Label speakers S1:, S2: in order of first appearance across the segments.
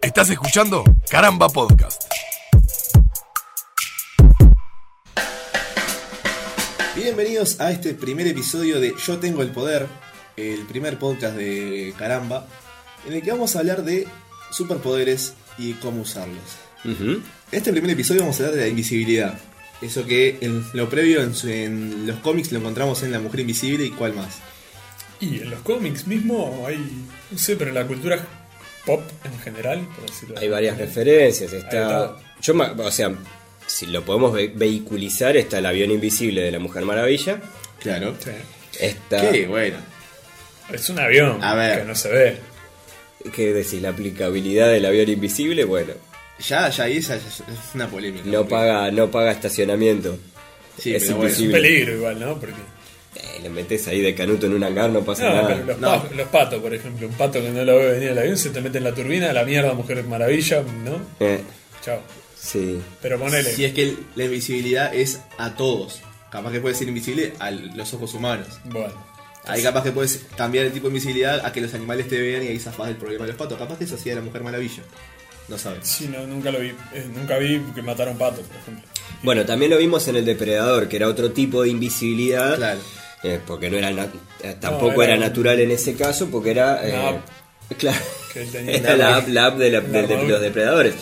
S1: Estás escuchando Caramba Podcast.
S2: Bienvenidos a este primer episodio de Yo Tengo el Poder, el primer podcast de Caramba, en el que vamos a hablar de superpoderes y cómo usarlos.
S3: Ujú.
S2: En este primer episodio vamos a hablar de la invisibilidad. Eso que en lo previo en, su- en los cómics lo encontramos en La Mujer Invisible y cuál más.
S4: Y en los cómics mismo hay, no sé, pero en la cultura pop en general, por decirlo
S3: Hay varias referencias.
S4: Ahí
S3: Está.
S4: está.
S3: Yo, me- o sea, si lo podemos ve- vehiculizar, está el avión invisible de la Mujer Maravilla.
S2: Claro.
S4: Sí.
S3: Está.
S2: Qué bueno.
S4: Es un avión
S2: A ver.
S4: que no se ve.
S3: ¿Qué decís? La aplicabilidad del avión invisible, bueno,
S2: Ya, ya, ahí esa ya es una polémica.
S3: no
S2: Porque-
S3: paga, no paga estacionamiento.
S2: Sí,
S3: es
S2: pero bueno.
S4: Un
S3: invisible.
S4: peligro igual, ¿no? Porque.
S3: Eh, le metes ahí de canuto en un hangar, no pasa
S4: No,
S3: nada.
S4: pero los,
S2: no.
S4: pa- los patos, por ejemplo, un pato que no lo ve venir al avión se te mete en la turbina, la mierda, mujer maravilla, ¿no?
S3: Eh,
S4: Chao.
S3: sí.
S4: Pero ponele.
S2: Si es que el- la invisibilidad es a todos. Capaz que puede ser invisible a los ojos humanos.
S4: Bueno.
S2: Ahí capaz que puedes cambiar el tipo de invisibilidad a que los animales te vean y ahí zafás del problema de los patos. Capaz que eso hacía la Mujer Maravilla. No sabes.
S4: Sí, no, nunca lo vi. Eh, nunca vi que mataron patos, por ejemplo.
S3: Bueno, también lo vimos en el depredador, que era otro tipo de invisibilidad.
S2: Claro.
S3: eh, porque no era na- eh, tampoco
S4: No,
S3: era,
S4: era-
S3: natural en ese caso, porque era.
S4: Una
S3: eh, claro.
S4: que él tenía
S3: Era
S4: una
S3: la app,
S4: armadura.
S3: la app de, la-
S4: Una
S3: de- de
S4: armadura.
S3: los depredadores.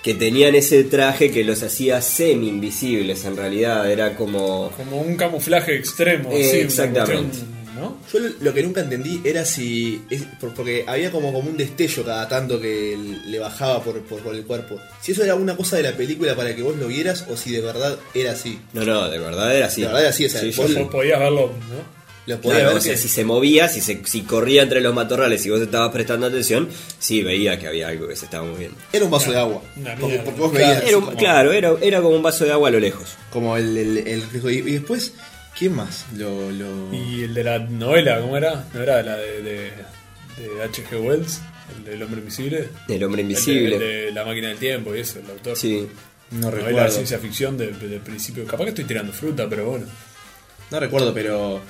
S3: Que tenían ese traje que los hacía semi invisibles en realidad. Era como.
S4: Como un camuflaje extremo,
S3: Eh,
S4: así, una
S3: exactamente.
S4: cuestión, ¿no?
S2: Yo lo, lo que nunca entendí era si. es- por- porque había como, como un destello cada tanto que le bajaba por, por, por el cuerpo. Si eso era una cosa de la película para que vos lo vieras o si de verdad era así.
S3: No, no, de verdad era así.
S2: De verdad era así, o sea,
S3: Sí,
S2: vos
S3: yo-
S4: Vos podías verlo, ¿no?
S2: Lo podía
S3: Claro,
S2: ver
S3: o sea,
S2: que-
S3: si se movía, si, se, si corría entre los matorrales y vos estabas prestando atención, sí veía que había algo que se estaba moviendo.
S2: Era un vaso de agua.
S4: Una
S2: Porque,
S4: mierda.
S2: porque vos
S4: Claro,
S2: veías. así
S3: Era un-
S2: como-
S3: claro, era, era como un vaso de agua a lo lejos.
S2: Como el, el, el riesgo. Y, y después, ¿quién más? Lo. lo...
S4: Y el de la novela, ¿cómo era? ¿No era la de, de, de H.G. Wells? El del hombre invisible.
S3: El hombre
S4: El de-
S3: invisible.
S4: El de, la máquina del tiempo y eso, el autor.
S3: Sí.
S2: No
S4: novela
S2: recuerdo.
S4: de ciencia ficción de- del principio. Capaz que estoy tirando fruta, pero bueno.
S2: No recuerdo, pero.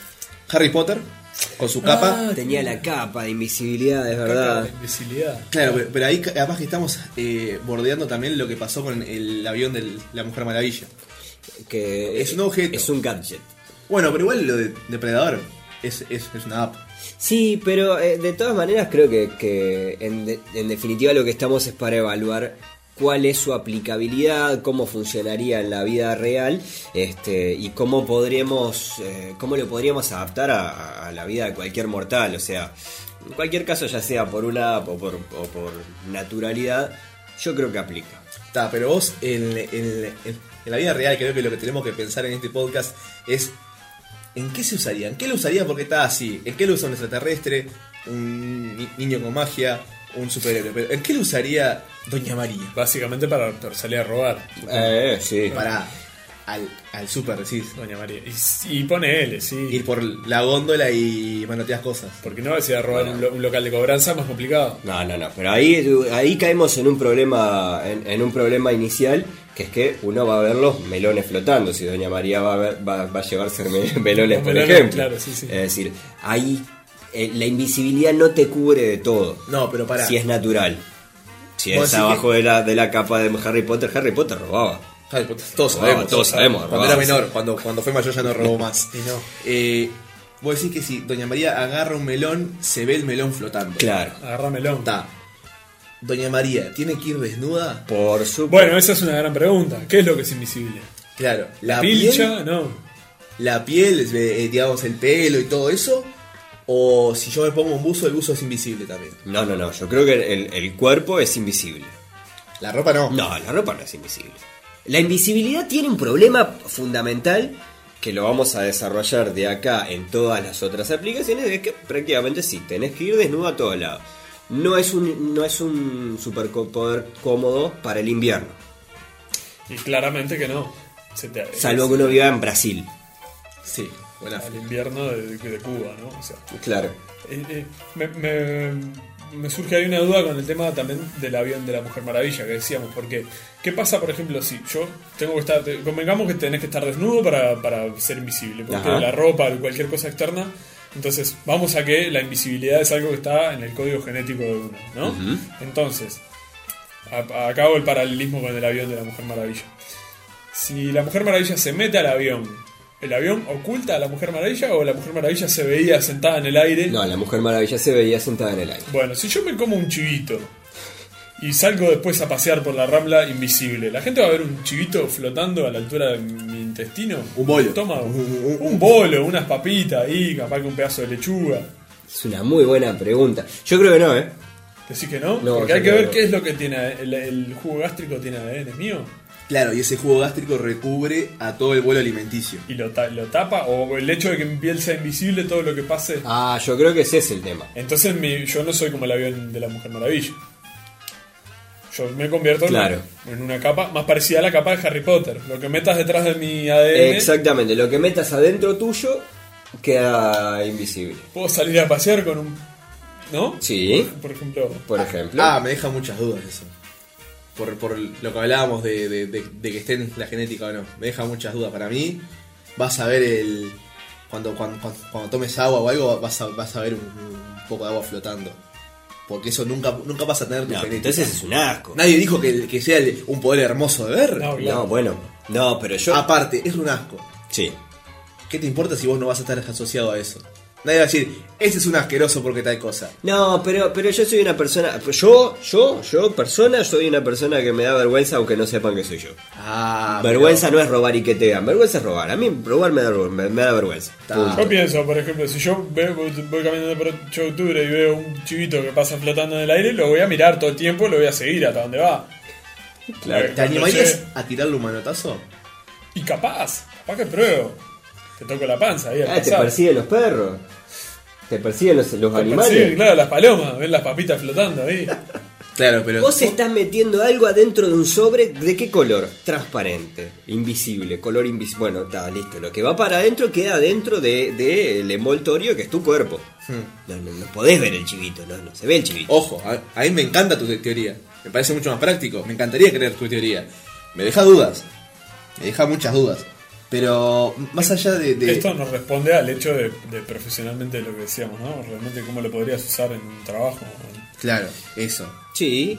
S2: Harry Potter, con su capa.
S4: Ah,
S3: Tenía la capa de invisibilidad, es
S4: La
S3: verdad.
S4: invisibilidad.
S2: Claro, pero, pero ahí ca- capaz que estamos eh, bordeando también lo que pasó con el avión de la Mujer Maravilla.
S3: Que
S2: Es un objeto.
S3: Es un gadget.
S2: Bueno, pero igual lo de Depredador es, es, es una app.
S3: Sí, pero eh, de todas maneras creo que, que en, de- en definitiva lo que estamos es para evaluar cuál es su aplicabilidad, cómo funcionaría en la vida real este, y cómo podríamos, eh, cómo lo podríamos adaptar a- a, a la vida de cualquier mortal. O sea, en cualquier caso, ya sea por una app o por, o por naturalidad, yo creo que aplica.
S2: Está, pero vos en, en- en- en la vida real creo que lo que tenemos que pensar en este podcast es en qué se usaría, en qué lo usaría porque está así, en qué lo usa un extraterrestre, un ni- niño con magia, un superhéroe, pero en qué lo usaría Doña María.
S4: Básicamente para, para salir a robar,
S3: Eh, sí.
S2: Para al, al super, decís.
S4: Doña María. Y, y pone L, sí.
S2: Ir por la góndola y manoteas cosas.
S4: Porque no decía robar un, lo- un local de cobranza más complicado.
S3: No, no, no, pero ahí, ahí caemos en un problema en, en un problema inicial, que es que uno va a ver los melones flotando, si Doña María va a, ver- va, va a llevarse me- melones,
S4: Los
S3: por
S4: melones,
S3: ejemplo.
S4: claro, sí, sí.
S3: Es decir, ahí eh, la invisibilidad no te cubre de todo,
S2: No, pero pará.
S3: si es natural. Si
S2: Vos
S3: es
S2: decís
S3: abajo de, la, de la capa de Harry Potter, Harry Potter robaba.
S2: Harry Potter, todos
S3: Ah,
S2: sabemos.
S3: todos sabemos,
S2: Cuando era
S3: robaba.
S2: menor, cuando, cuando fue mayor ya no robó más.
S4: Y no.
S2: Eh, vos decís que si Doña María agarra un melón, se ve el melón flotando.
S3: Claro,
S4: Agárramelo.
S2: Está. Doña María, ¿tiene que ir desnuda?
S3: por supuesto.
S4: Bueno, esa es una gran pregunta. ¿Qué es lo que es invisible?
S2: Claro. La
S4: ¿Pilcha?
S2: piel,
S4: No.
S2: la piel eh, eh, digamos, el pelo y todo eso. O si yo me pongo un buzo, el buzo es invisible también.
S3: No, no, no, yo creo que el, el cuerpo es invisible.
S2: La ropa no.
S3: No, la ropa no es invisible. La invisibilidad tiene un problema fundamental que lo vamos a desarrollar de acá en todas las otras aplicaciones, es que prácticamente sí, tenés que ir desnudo a todos lados. No es un, no es un superpoder cómodo para el invierno,
S4: Y claramente que no. Se te-
S3: salvo que uno viva en Brasil.
S2: Sí, buena.
S4: al invierno de, de Cuba, ¿no? O sea,
S3: Claro.
S4: eh, eh, me, me- me surge ahí una duda con el tema también del avión de la Mujer Maravilla que decíamos, porque ¿qué pasa, por ejemplo, si yo tengo que estar, te- convengamos que tenés que estar desnudo para, para ser invisible, porque
S3: Ajá.
S4: la ropa o cualquier cosa externa, entonces vamos a que la invisibilidad es algo que está en el código genético de uno, ¿no? Entonces, a- a cabo el paralelismo con el avión de la Mujer Maravilla. Si la Mujer Maravilla se mete al avión, ¿el avión oculta a la Mujer Maravilla o la Mujer Maravilla se veía sentada en el aire?
S3: No, la Mujer Maravilla se veía sentada en el aire.
S4: Bueno, si yo me como un chivito y salgo después a pasear por la rambla invisible, ¿la gente va a ver un chivito flotando a la altura de mi intestino?
S2: Un bollo.
S4: Estómago.
S2: Un- un-
S4: Un bolo, unas papitas ahí, capaz que un pedazo de lechuga.
S3: Es una muy buena pregunta. Yo creo que no, ¿eh?
S4: Decís que no,
S3: No,
S4: porque
S3: yo
S4: hay que
S3: creo
S4: ver
S3: que
S4: qué es lo que tiene el, el jugo gástrico tiene ADN mío
S2: Claro, y ese jugo gástrico recubre a todo el vuelo alimenticio.
S4: y lo, ta- lo tapa o el hecho de que mi piel sea invisible todo lo que pase.
S3: Ah, yo creo que ese es el tema.
S4: Entonces mi- yo no soy como el avión de la Mujer Maravilla. Yo me convierto en-
S3: Claro.
S4: en una capa más parecida a la capa de Harry Potter. Lo que metas detrás de mi ADN,
S3: Exactamente, lo que metas adentro tuyo queda invisible.
S4: puedo salir a pasear con un... ¿No?
S3: Sí,
S4: Por ejemplo...
S3: por ejemplo.
S2: Ah, me deja muchas dudas eso. Por, por lo que hablábamos de, de- de- de que esté en la genética o no. Me deja muchas dudas. Para mí, vas a ver el. Cuando, cuando, cuando, cuando tomes agua o algo, vas a, vas a ver un, un poco de agua flotando. Porque eso nunca, nunca vas a tener tu
S3: No,
S2: genética.
S3: entonces es un asco.
S2: Nadie dijo que, que sea el- un poder hermoso de ver.
S4: No,
S3: No, bueno. No, pero yo...
S2: Aparte, es un asco.
S3: Sí.
S2: ¿Qué te importa si vos no vas a estar asociado a eso? Nadie va a decir, ese es un asqueroso porque tal cosa.
S3: No, pero, pero yo soy una persona... Yo, yo, yo, persona, soy una persona que me da vergüenza aunque no sepan que soy yo.
S2: Ah,
S3: vergüenza no es robar y que te vean. Vergüenza es robar. A mí robar me da, me, me da vergüenza.
S2: Ta.
S3: Punto.
S4: Yo pienso, por ejemplo, si yo veo- voy caminando por 8 de octubre y veo un chivito que pasa flotando en el aire, lo voy a mirar todo el tiempo, lo voy a seguir hasta donde va.
S3: Claro.
S2: ¿Te animarías a tirarle un manotazo?
S4: Y capaz, capaz que pruebo. Te toco la panza ahí al
S3: Ah, te
S4: pasar.
S3: persiguen los perros. Te persiguen los, los animales.
S4: Sí, claro, las palomas, ven las papitas flotando ahí.
S2: Claro, pero.
S3: Vos estás metiendo algo adentro de un sobre, ¿de qué color? Transparente, invisible, color invisible. Bueno, está listo. Lo que va para adentro queda adentro del de, el envoltorio que es tu cuerpo. No, no, no podés ver el chivito, no, no se ve el chivito.
S2: Ojo, a, a mí me encanta tu te- teoría. Me parece mucho más práctico. Me encantaría creer tu teoría. Me deja dudas. Me deja muchas dudas. Pero más allá de. de-
S4: Esto nos responde al hecho de, de profesionalmente lo que decíamos, ¿no? Realmente cómo lo podrías usar en un trabajo.
S2: Claro, eso.
S3: Sí,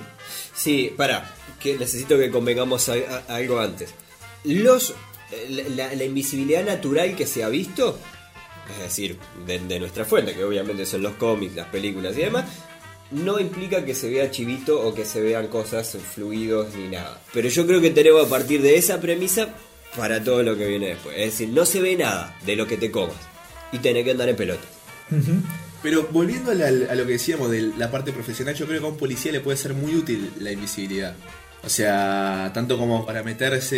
S3: sí, pará, que necesito que convengamos a- a- algo antes. Los, eh, la, la- la invisibilidad natural que se ha visto, es decir, de, de nuestra fuente, que obviamente son los cómics, las películas y demás, no implica que se vea chivito o que se vean cosas fluidos ni nada. Pero yo creo que tenemos a partir de esa premisa para todo lo que viene después. Es decir, no se ve nada de lo que te comas y tenés que andar en pelota.
S2: Pero volviendo a, la- a lo que decíamos de la parte profesional, yo creo que a un policía le puede ser muy útil la invisibilidad. O sea, tanto como para meterse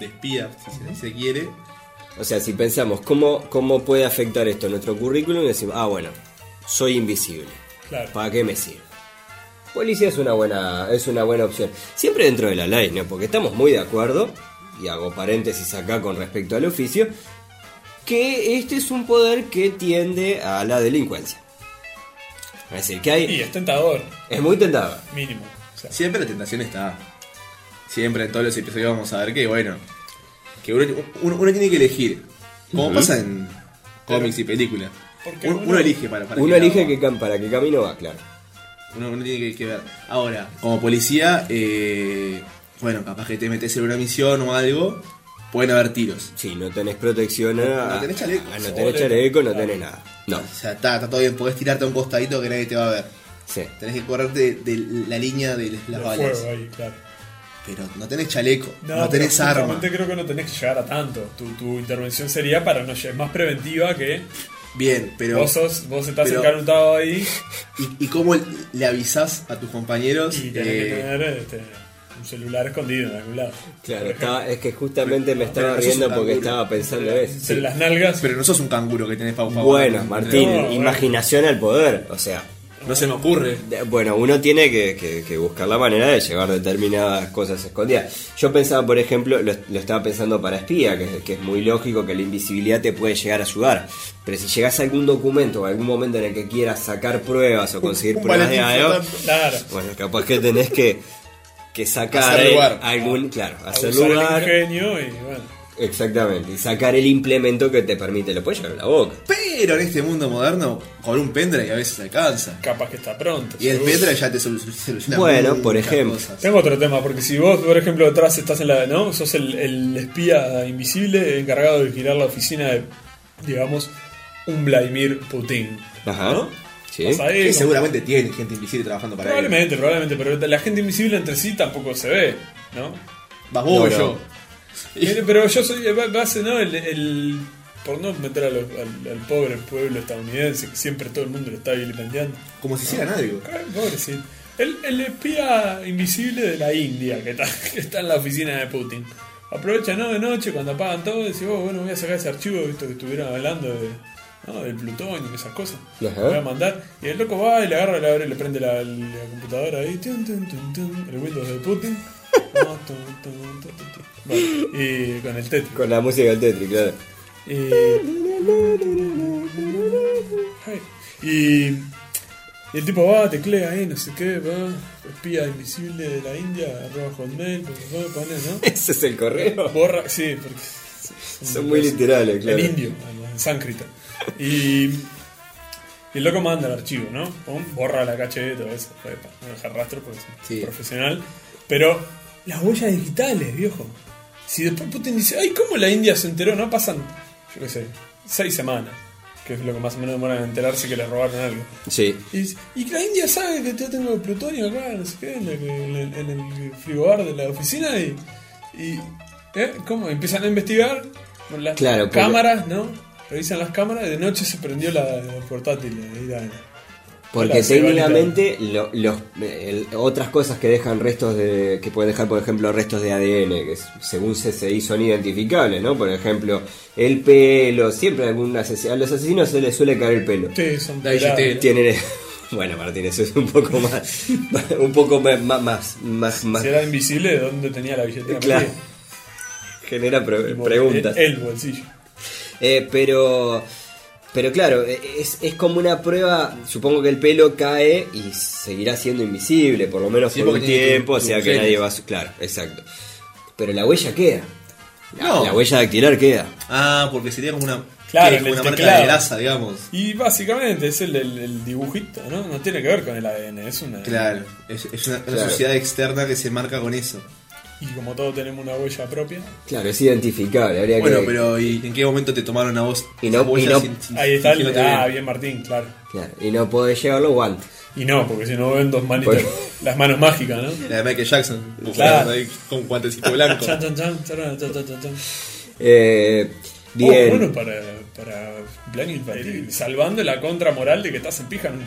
S2: de espía, si se, se quiere.
S3: O sea, si pensamos cómo, cómo puede afectar esto a nuestro currículum, decimos, ah, bueno, soy invisible.
S4: Claro.
S3: ¿Para qué me sirve? Policía es una buena, es una buena opción. Siempre dentro de la ley, ¿no? Porque estamos muy de acuerdo, y hago paréntesis acá con respecto al oficio, que este es un poder que tiende a la delincuencia. Es decir, que
S4: Y
S3: hay.
S4: es tentador,
S3: Es muy tentador.
S4: mínimo. O sea,
S2: Siempre la tentación está. Siempre en todos los episodios vamos a ver que, bueno, que uno, uno- uno tiene que elegir. Como pasa en cómics y películas.
S4: Porque
S2: Uno,
S4: uno-
S2: uno elige para, para
S3: Uno
S2: qué
S3: elige
S2: lado
S3: que,
S2: va.
S3: cam- para qué camino va, claro.
S2: Uno, uno tiene que, que ver. Ahora, como policía, eh, bueno, capaz que te metes en una misión o algo, pueden haber tiros.
S3: Si no tenés protección a.
S2: No tenés chaleco.
S3: a- no tenés chaleco, no tenés nada. No.
S2: O sea, está, está todo bien, podés tirarte a un costadito que nadie te va a ver.
S3: Sí.
S2: Tenés que correrte de, la línea de las
S4: de
S2: balas.
S4: fuego ahí, claro.
S2: Pero no tenés chaleco, no,
S4: pero
S2: tenés arma.
S4: justamente creo que no tenés que llegar a tanto. Tu, tu intervención sería para no llegar, más preventiva que
S2: Bien, pero.
S4: vos sos, vos estás
S2: pero-
S4: encarutado ahí
S2: ¿Y, y cómo le avisás a tus compañeros?
S4: y tenés que
S2: eh,
S4: tener este, un celular escondido en algún lado.
S3: Claro,
S4: Por ejemplo,
S3: estaba- es que justamente me
S2: pero
S3: estaba
S2: eso es
S3: riendo
S2: un
S3: porque
S2: laburo.
S3: estaba pensando eso.
S4: en las nalgas.
S2: Pero no sos un canguro que tenés pa' pa-
S3: Bueno,
S2: pa-
S3: Martín,
S4: No, bueno.
S3: imaginación al poder, o sea.
S2: No se me ocurre.
S3: de- Bueno, uno tiene que, que- que buscar la manera de llevar determinadas cosas escondidas. Yo pensaba, por ejemplo, lo, lo estaba pensando para espía, que, que es muy lógico que la invisibilidad te puede llegar a ayudar. Pero si llegas a algún documento o algún momento en el que quieras sacar pruebas o conseguir
S2: un
S3: pruebas de
S2: maletín
S3: algo,
S2: Uh, flotando.
S4: Claro.
S3: bueno, capaz que tenés que, que sacar
S2: Hacer
S3: eh,
S2: lugar.
S3: algún, claro, hacer
S4: Abusar del
S3: lugar.
S4: ingenio y bueno.
S3: Exactamente, y sacar el implemento que te permite, lo puedes llevar en la boca.
S2: Pero en este mundo moderno, con un pendrive a veces alcanza.
S4: Capaz que está pronto.
S2: Y el
S4: seguro.
S2: pendrive ya te solu- soluciona.
S3: Bueno,
S2: muchas
S3: por ejemplo.
S2: cosas.
S4: Tengo otro tema, porque si vos, por ejemplo, atrás estás en la. ¿No? Sos el, el espía invisible encargado de girar la oficina de, digamos, un Vladimir Putin.
S3: Ajá.
S4: ¿No?
S3: Sí.
S4: Vas ahí,
S2: Que
S4: como-
S2: seguramente tiene gente invisible trabajando para él.
S4: Probablemente, probablemente, pero la gente invisible entre sí tampoco se ve, ¿no?
S2: Vas vos
S3: No,
S2: o
S3: no.
S2: yo.
S4: Pero- Pero yo soy eh, va- base, ¿no? El, el- por no meter a los- al, al pobre pueblo estadounidense, que siempre todo el mundo lo está vilipendiando.
S2: Como si hicieran algo.
S4: Ay, pobrecito. El, el espía invisible de la India que está, que está en la oficina de Putin. Aprovecha, ¿no? De noche, cuando apagan todo, decís, "Oh, bueno, voy a sacar ese archivo, visto que estuvieron hablando de, ¿no? del plutonio y esas cosas.
S3: Ajá.
S4: Lo Voy a mandar. Y el loco va y le agarra, le abre, le prende la, la computadora ahí, tun, tun, tun, tun, el Windows de Putin. Ah, tun, tun, tun, tun, tun. Bueno, y con el Tetris.
S3: Con la música del Tetris, claro.
S4: Eh, Y, y el tipo va, teclea ahí, no sé qué, va, espía invisible de la India, arroba hotmail, va, pone, ¿no?
S3: Ese es el correo.
S4: Borra, sí, porque
S3: Son muy literales, claro.
S4: el indio, en sánscrito. Y, y el loco manda el archivo, ¿no? Pum, borra la cacheta, todo eso, para no dejar rastro porque es
S2: Sí.
S4: profesional. Pero las huellas digitales, viejo. Si después Putin dice, ay, ¿cómo la India se enteró? No pasan, yo qué sé, seis semanas, que es lo que más o menos demoran en enterarse que le robaron algo.
S3: Sí.
S4: Y, dice, y que la India sabe que yo tengo plutonio acá, no sé qué, en el, en el- en el frigobar de la oficina y. y ¿eh? ¿Cómo? Empiezan a investigar con las
S3: Claro, porque-
S4: cámaras, ¿no? Revisan las cámaras y de noche se prendió la, la portátil de ahí, Dana.
S3: Porque
S4: Hola, soy
S3: técnicamente lo- los, el- otras cosas que dejan restos de. que pueden dejar, por ejemplo, restos de ADN, que es- según CCI son identificables, ¿no? Por ejemplo, el pelo, siempre algún asesino. A los asesinos se les suele caer el pelo.
S4: Sí, son
S2: Ahí ya te-
S4: peladas.
S3: Tienen. Bueno, Martín, eso es un poco más. un poco más. más, más, más-
S4: Será invisible de dónde tenía la billetera.
S3: claro.
S4: metida.
S3: Genera pre-
S4: Tipo,
S3: preguntas.
S4: El, el bolsillo.
S3: Eh, pero. Pero claro, e, es, es como una prueba. Supongo que el pelo cae y seguirá siendo invisible, por lo menos
S2: Sí,
S3: por un
S2: porque tiene
S3: tiempo,
S2: tu-
S3: o sea
S2: tus
S3: que nadie
S2: genes.
S3: va a. su- Claro, exacto. Pero la huella queda. La,
S2: No.
S3: la huella dactilar queda.
S2: Ah, porque sería como una,
S4: Claro,
S2: que-
S4: en
S2: como
S4: el
S2: una marca
S4: teclado.
S2: de grasa, digamos.
S4: Y básicamente es el, el- el dibujito, ¿no? No tiene que ver con el ADN, es una.
S2: Claro, es, es una, una
S3: Claro.
S2: sociedad externa que se marca con eso.
S4: Y como todos tenemos una huella propia.
S3: Claro, es identificable. Habría
S2: Bueno,
S3: que.
S2: pero ¿y en qué momento te tomaron a vos?
S3: Y no-
S2: esa huella
S3: y no-
S4: Ahí está el.
S2: sintiéndote
S4: Ah,
S2: bien?
S4: bien, Martín, claro.
S3: claro, y no podés llevar los guantes.
S4: Y no, porque si no ven dos manitas,
S3: Bueno.
S2: Pues-
S4: las manos mágicas, ¿no?
S2: La de Michael Jackson,
S4: Claro.
S2: ahí con guantecito blanco.
S4: Chan, chan, chan, charan, chan, chan, chan, chan.
S3: Eh,
S4: Oh,
S3: bien.
S4: bueno, para, para plan infantil, salvando la contra moral de que estás en pija. ¿no?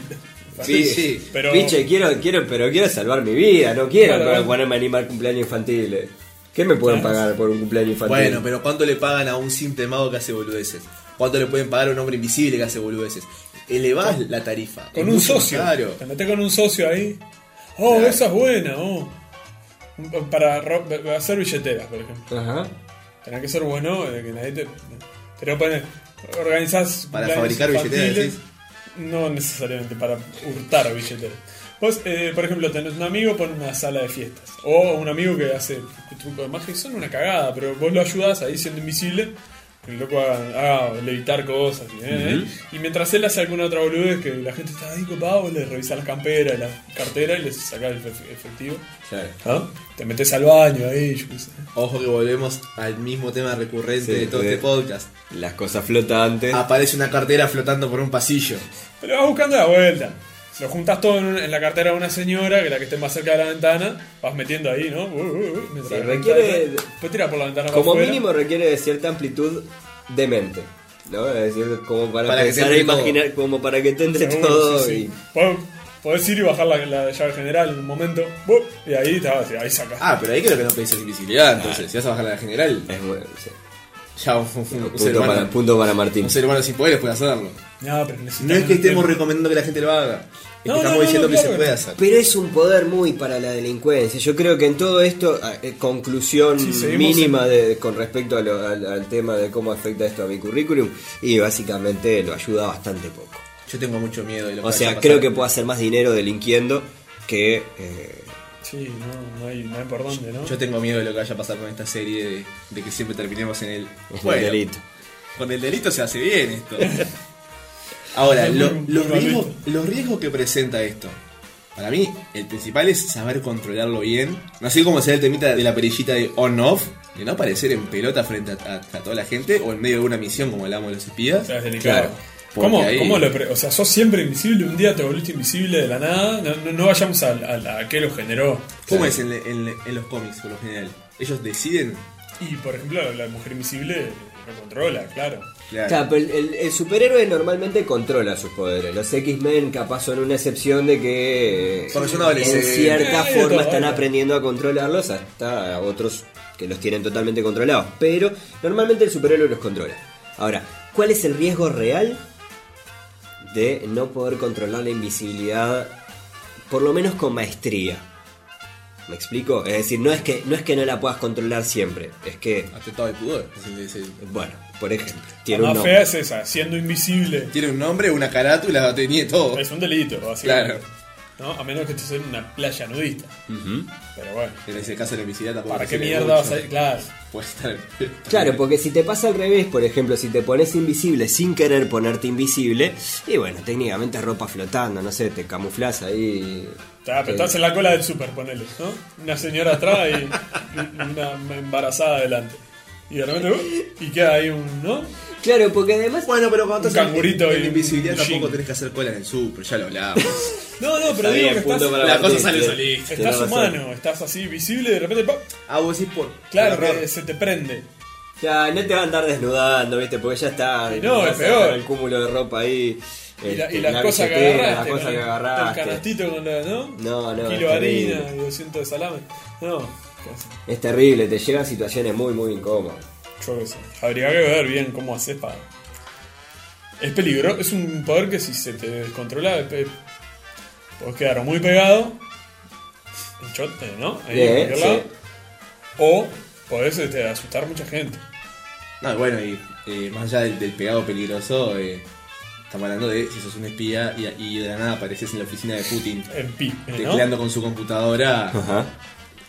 S2: sí, sí.
S4: Pero,
S3: Piche, quiero, quiero, pero quiero salvar mi vida, no quiero
S4: Claro,
S3: para
S4: bueno.
S3: ponerme a animar cumpleaños infantiles. ¿Qué me pueden
S4: Claro.
S3: pagar por un cumpleaños infantil?
S2: Bueno, pero ¿cuánto le pagan a un simple mago que hace boludeces? ¿Cuánto le pueden pagar a un hombre invisible que hace boludeces? Elevás la tarifa. Es
S4: con un
S2: mucho más
S4: socio.
S2: Claro.
S4: Te metés con un socio ahí. Oh,
S2: Claro.
S4: esa es buena, oh. Para ro- hacer billeteras, por ejemplo.
S3: Ajá.
S4: Tenés que ser bueno, eh, que nadie te. Pero poner, organizás.
S2: Para
S4: planes
S2: fabricar billeteras,
S4: infantiles,
S2: decís.
S4: No necesariamente, para hurtar billeteras. Vos, eh, por ejemplo, tenés un amigo, pone una sala de fiestas. O un amigo que hace este truco de magia, y son una cagada, pero vos lo ayudás ahí siendo invisible. que El loco haga, haga levitar cosas. ¿eh? Y mientras él hace alguna otra boludez que la gente está ahí copado, le revisás las camperas, la cartera y les sacás el efe- efectivo.
S3: Claro.
S4: ¿Ah? Te metes al baño ahí, yo qué sé.
S2: Ojo que volvemos al mismo tema recurrente
S3: Sí,
S2: de todo
S3: sí.
S2: este podcast.
S3: Las cosas flotantes.
S2: Aparece una cartera flotando por un pasillo.
S4: Pero vas buscando la vuelta. Lo juntas todo en, un- en la cartera de una señora, que la que esté más cerca de la ventana, vas metiendo ahí, ¿no? Uh, uh, uh, mientras
S3: Sí,
S4: la
S3: requiere-
S4: ventana- Después tira por la ventana para
S3: como
S4: afuera.
S3: mínimo requiere de cierta amplitud de mente. ¿no? Es decir, como para,
S2: Para que
S3: pensar
S2: te
S3: e
S2: entre todo.
S3: imaginar, como para que te entre
S4: Seguro,
S3: todo.
S4: sí, sí. Podés- Podés ir y bajar la, la llave general en un momento, ¡bup! y ahí, está, sí, ahí sacas.
S2: Ah, pero ahí creo que no pedís invisibilidad, entonces. Si vas a bajar a la general,
S3: y- es bueno, sí.
S2: ya un, un- un ser
S3: punto,
S2: humano,
S3: para, punto para Martín.
S2: un ser humano sin poderes puede hacerlo.
S4: No, pero necesitas
S2: No es que
S4: un
S2: estemos
S4: tiempo.
S2: recomendando que la gente lo haga. Es
S4: No,
S2: que
S4: no,
S2: estamos
S4: no,
S2: diciendo
S4: no,
S2: que
S4: claro
S2: se
S4: que
S2: puede
S4: no.
S2: hacer.
S3: Pero es un poder muy para la delincuencia. Yo creo que en todo esto, ah, eh, conclusión
S4: Sí, seguimos
S3: mínima de, con respecto a lo- al, al tema de cómo afecta esto a mi currículum, y básicamente lo ayuda bastante poco.
S2: Yo tengo mucho miedo. de lo
S3: O
S2: que
S3: sea,
S2: vaya a
S3: creo
S2: pasar.
S3: que puedo hacer más dinero delinquiendo que eh,
S4: Sí, no, no, hay, no hay por dónde, ¿no?
S2: Yo tengo miedo de lo que vaya a pasar con esta serie, de, de que siempre terminemos en el.
S3: Es
S2: Bueno,
S3: un delito.
S2: Con el delito se hace bien esto. Ahora,
S4: Es
S2: lo-
S4: muy- muy
S2: los, riesgos,
S4: realista.
S2: los riesgos que presenta esto. Para mí, el principal es saber controlarlo bien. Así como sea el temita de la perillita de on-off, de no aparecer en pelota frente a, a- a toda la gente o en medio de una misión como hablamos de los
S4: O
S2: espías.
S4: sea, es delicado.
S3: Claro,
S2: porque
S4: ¿Cómo,
S2: ahí-
S4: cómo lo pre- O sea, sos siempre invisible, un día te volviste invisible de la nada. No, no- no vayamos al- al- a, qué lo generó.
S2: ¿Cómo es en, en- en los cómics por lo general? ¿Ellos deciden?
S4: Y por ejemplo, la- la mujer invisible lo controla, claro.
S2: Claro.
S3: Claro, pero el, el- el superhéroe normalmente controla sus poderes. Los X-Men capaz son una excepción de que eh,
S2: Porque son
S3: en
S2: adolescentes.
S3: cierta
S4: Sí,
S3: forma
S4: todavía.
S3: están aprendiendo a controlarlos hasta otros que los tienen totalmente controlados. Pero normalmente el superhéroe los controla. Ahora, ¿cuál es el riesgo real de no poder controlar la invisibilidad? Por lo menos con maestría. ¿Me explico? Es decir, no es que no, es que no la puedas controlar siempre. Es que,
S2: Atentado de pudor. Es el- es el-
S3: bueno, por ejemplo,
S4: La
S3: tiene un
S4: más
S3: nombre.
S4: fea es esa, siendo invisible.
S2: Tiene un nombre, una carátula, tenía todo.
S4: Es un delito, básicamente.
S2: Claro.
S4: ¿No? A menos que estés en una playa nudista. Pero bueno,
S2: En ese caso la invisibilidad tampoco.
S4: ¿para qué
S2: sirve
S4: mierda
S2: mucho.
S4: vas a ir? Claro.
S2: Puede estar.
S3: Claro, porque si te pasa al revés, por ejemplo, si te pones invisible sin querer ponerte invisible, y bueno, técnicamente es ropa flotando, no sé, te camuflas ahí.
S4: Está, pero estás en la cola del super, ponele, ¿no? Una señora atrás y y una embarazada adelante. Y de repente, uh, y queda ahí un, ¿no?
S3: Claro, porque además.
S2: Bueno, pero cuando
S4: Un
S2: estás en-
S4: cangurito
S2: en
S4: y
S2: invisibilidad
S4: un
S2: tampoco
S4: jean.
S2: tenés que hacer cola en el super, ya lo hablábamos.
S4: No, no, pero digo que estás,
S2: para- la cosa sale solista.
S4: estás humano, estás así visible y de repente, ¡pam!
S2: ah, vos decís por.
S4: claro,
S2: por error.
S4: que se te prende.
S3: Ya, no te van a andar desnudando, ¿viste? Porque ya está.
S4: Y no,
S3: vas
S4: es
S3: a dejar
S4: peor.
S3: El cúmulo de ropa ahí.
S4: Y, la- y
S3: este,
S4: las
S3: la
S4: cosas que
S3: billetera,
S4: agarraste.
S3: Las cosas
S4: con
S3: que
S4: el-
S3: agarraste.
S4: El canastito con la, ¿no?
S3: No,
S4: Kilo
S3: no,
S4: de
S3: terrible.
S4: harina y 200 de salame. No, casi.
S3: Es terrible, te llegan situaciones muy, muy incómodas.
S4: Yo qué sé. Habría que ver bien cómo haces para. Es peligroso, es un poder que si se te descontrola, pe- podés quedar o muy pegado, en chote, ¿no? Ahí en
S3: Eh,
S4: cualquier
S3: sí.
S4: lado. O podés este, asustar mucha gente.
S2: No, y bueno, y eh, más allá del, del pegado peligroso, eh, estamos hablando de si sos un espía y, y de la nada apareces en la oficina de Putin.
S4: En pi, eh, ¿no?
S2: Tecleando con su computadora,
S3: Ajá.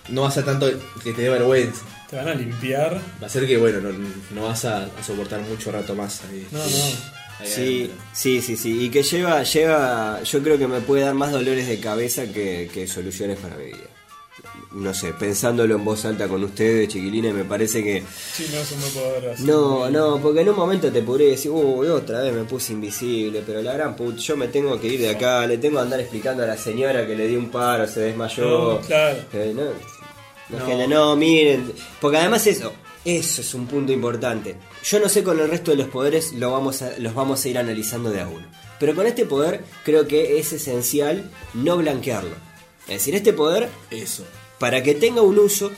S2: no vas a tanto que te dé vergüenza.
S4: Te van a limpiar.
S2: Va a ser que, bueno, no, no vas a, a soportar mucho rato más. Ahí,
S4: No, no.
S2: ahí
S3: Sí,
S2: adentro.
S3: sí, sí, sí. Y que lleva, lleva, yo creo que me puede dar más dolores de cabeza que, que soluciones para mi vida. No sé, pensándolo en voz alta con ustedes, chiquilines, me parece que...
S4: Sí, no, es un buen poder así.
S3: No, no, porque en un momento te podría decir, uy, otra vez me puse invisible, pero la gran puta, yo me tengo que ir de acá, le tengo que andar explicando a la señora que le di un paro, se desmayó.
S4: No, claro.
S3: Eh, no, la gente, no, miren. Porque además eso, eso es un punto importante. Yo no sé con el resto de los poderes lo vamos a- los vamos a ir analizando de a uno. Pero con este poder creo que es esencial no blanquearlo. Es decir, este poder,
S2: Eso.
S3: para que tenga un uso,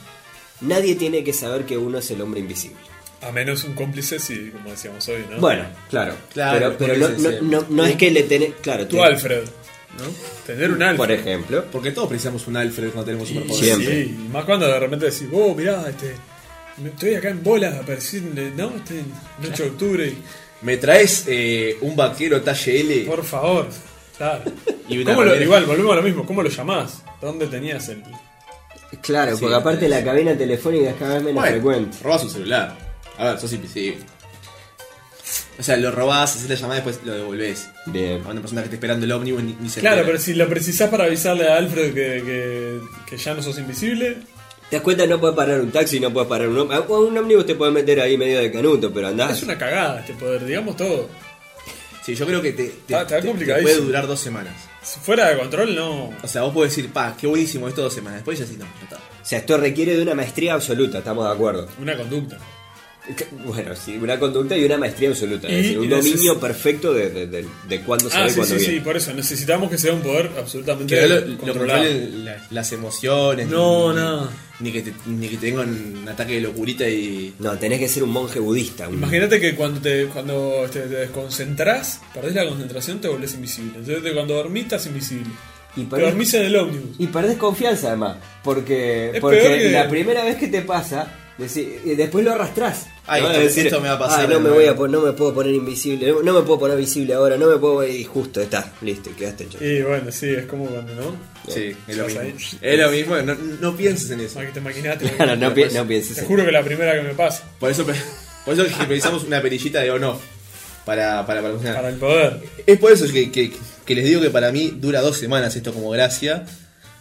S3: nadie tiene que saber que uno es el hombre invisible.
S4: A menos un cómplice, sí, como decíamos hoy, ¿no?
S3: Bueno, claro.
S2: Claro,
S3: pero
S2: por
S3: pero
S2: eso
S3: no,
S2: es,
S3: no- no- no es que le tenés... Claro,
S4: Tú,
S3: te-
S4: Alfred, ¿no? Tener un Alfred.
S3: Por ejemplo.
S2: Porque todos precisamos un Alfred cuando tenemos superpoderes.
S3: Siempre.
S4: Sí, y más cuando de repente decís, oh, mirá, este, me- estoy acá en bolas, aparecí, en el- ¿no? Este, el 8 de octubre, y,
S2: Me traes eh, un vaquero talle L.
S4: por favor. Claro.
S2: Y una
S4: ¿Cómo lo-
S2: remera.
S4: igual, volvemos a lo mismo, ¿cómo lo llamás? ¿Dónde tenías el...?
S3: Claro,
S2: Sí,
S3: porque aparte la
S2: sí.
S3: cabina telefónica es cada vez menos frecuente.
S2: robás un celular. A ver, sos invisible. O sea, lo robás, haces la llamada y después lo devolvés.
S3: Bien.
S2: A una persona que está esperando el ómnibus ni, ni se
S4: Claro, pero
S2: entera.
S4: si lo precisás para avisarle a Alfred que, que, que ya no sos invisible,
S3: ¿Te das cuenta? No puedes parar un taxi, no puedes parar un ómnibus. O un ómnibus te puede meter ahí medio de canuto, pero andás.
S4: es una cagada este poder, digamos todo.
S2: Sí, yo creo que te, te-
S4: Ah, está
S2: te- te
S4: complicadísimo.
S2: puede durar dos semanas.
S4: Si fuera de control, no.
S2: O sea, vos podés decir, pa, qué buenísimo esto dos semanas. Después ya sí, no, ya está.
S3: O sea, esto requiere de una maestría absoluta, estamos de acuerdo.
S4: Una conducta.
S3: Que- Bueno, sí, una conducta y una maestría absoluta.
S4: Y-
S3: es decir, un
S4: y neces-
S3: dominio perfecto de, de, de, de cuándo se
S4: Ah,
S3: ve
S4: sí,
S3: cuándo
S4: sí,
S3: viene.
S4: sí, por eso. Necesitamos que sea un poder absolutamente
S2: Que lo, lo
S4: controlado.
S2: controlen la- las emociones.
S4: No,
S2: ni,
S4: no.
S2: Ni que, te- ni que tengan un ataque de locurita y.
S3: No, tenés que ser un monje budista. un-
S4: Imagínate que cuando te, cuando este, te, te desconcentrás, perdés la concentración, te volvés invisible. Entonces, te- cuando dormís, estás invisible.
S3: Y
S4: Te dormís en el ómnibus.
S3: Y perdés confianza además, porque,
S4: Es
S3: porque
S4: peor que-
S3: la primera vez que te pasa, Decí- y después lo arrastrás.
S2: Ay,
S3: ¿no?
S2: esto-
S3: Es
S2: esto me va a pasar
S3: "Ay,
S2: de
S3: no me
S2: nuevo".
S3: voy a pon- no me puedo poner invisible, no, no me puedo poner visible ahora, no me puedo y justo está, listo, y quedaste hecho.
S4: Y bueno, sí, es como cuando, ¿no?
S2: Sí, es lo
S4: Estás
S2: mismo.
S4: ahí.
S2: Es lo mismo, no, no pienses en eso.
S4: Ma- que Te maquinaste.
S3: Claro, no, pi- no
S4: Te
S3: pienses. en-
S4: juro que la primera que me pasa.
S2: Por eso, pe- por eso que pensamos una perillita de on-off para, para, para funcionar.
S4: Para el poder.
S2: Es por eso que, que- que les digo que para mí dura dos semanas esto como gracia.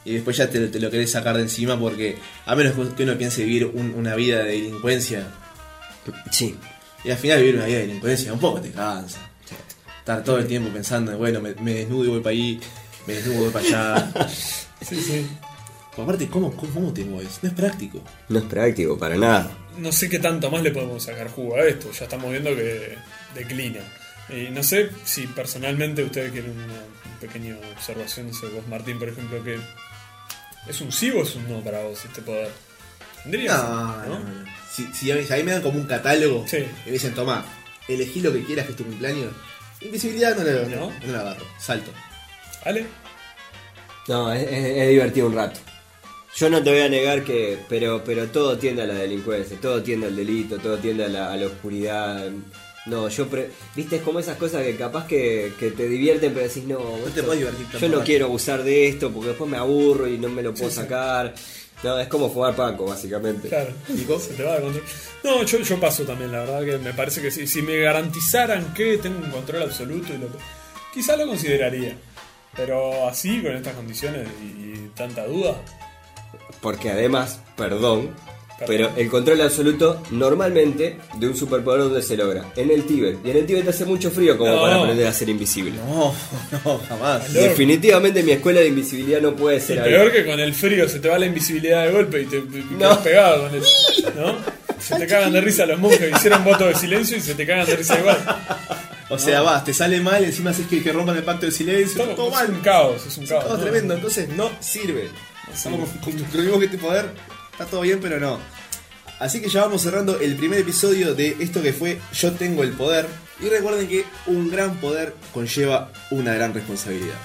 S2: Y después ya te, te lo querés sacar de encima porque a menos que uno piense vivir un- una vida de delincuencia.
S3: Sí.
S2: Y al final vivir una vida de delincuencia un poco te cansa. Estar todo el tiempo pensando, bueno, me, me desnudo y voy para ahí, me desnudo y voy para allá.
S4: Sí, sí.
S2: Pero aparte, ¿cómo, cómo, cómo te mueves? No es práctico.
S3: No es práctico para nada.
S4: No sé qué tanto más le podemos sacar jugo a esto. Ya estamos viendo que declina. Y no sé si personalmente ustedes quieren una pequeña observación sobre vos, Martín, por ejemplo, que es un sí o es un no para vos este poder. Tendrías,
S2: No, no, no. Si, si a mí, si a mí me dan como un catálogo
S4: Sí.
S2: y me dicen, toma, elegí lo que quieras que es tu cumpleaños, invisibilidad no la, no,
S4: ¿No?
S2: no la agarro, salto.
S4: ¿Ale?
S3: No, es, es- es divertido un rato. Yo no te voy a negar que, pero, pero todo tiende a la delincuencia, todo tiende al delito, todo tiende a la, a la oscuridad. No, yo, pre- viste, es como esas cosas que capaz que, que te divierten, pero decís, no,
S2: te
S3: esto-
S2: podés divertir tanto
S3: Yo no
S2: rato".
S3: quiero abusar de esto porque después me aburro y no me lo puedo sacar. No, es como jugar Paco, básicamente.
S4: Claro.
S2: Nico.
S4: Se te va de control. No, yo, yo paso también, la verdad que me parece que si, si me garantizaran que tengo un control absoluto, y lo, quizá lo consideraría. Pero así, con estas condiciones y, y tanta duda,
S3: Porque además, perdón,
S4: Perdón.
S3: pero el control absoluto normalmente de un superpoder donde se logra, en el Tíbet. Y en el Tíbet hace mucho frío como
S4: No.
S3: para aprender a ser invisible.
S2: No, no, jamás.
S4: Claro.
S3: Definitivamente mi escuela de invisibilidad no puede
S4: y
S3: ser ahí.
S4: peor que con el frío se te va la invisibilidad de golpe y te, te- te quedas pegado con el. ¿No? Se te cagan de risa los monjes, hicieron voto de silencio y se te cagan de risa igual.
S2: O sea, vas, te sale mal, encima haces que, que rompan el pacto de silencio,
S4: Todo,
S2: todo
S4: es un
S2: mal.
S4: caos, es un caos.
S2: Todo
S4: ¿no?
S2: tremendo, entonces no sirve. Estamos construimos que este poder está todo bien, pero no. Así que ya vamos cerrando el primer episodio de esto que fue Yo tengo el poder. Y recuerden que un gran poder conlleva una gran responsabilidad.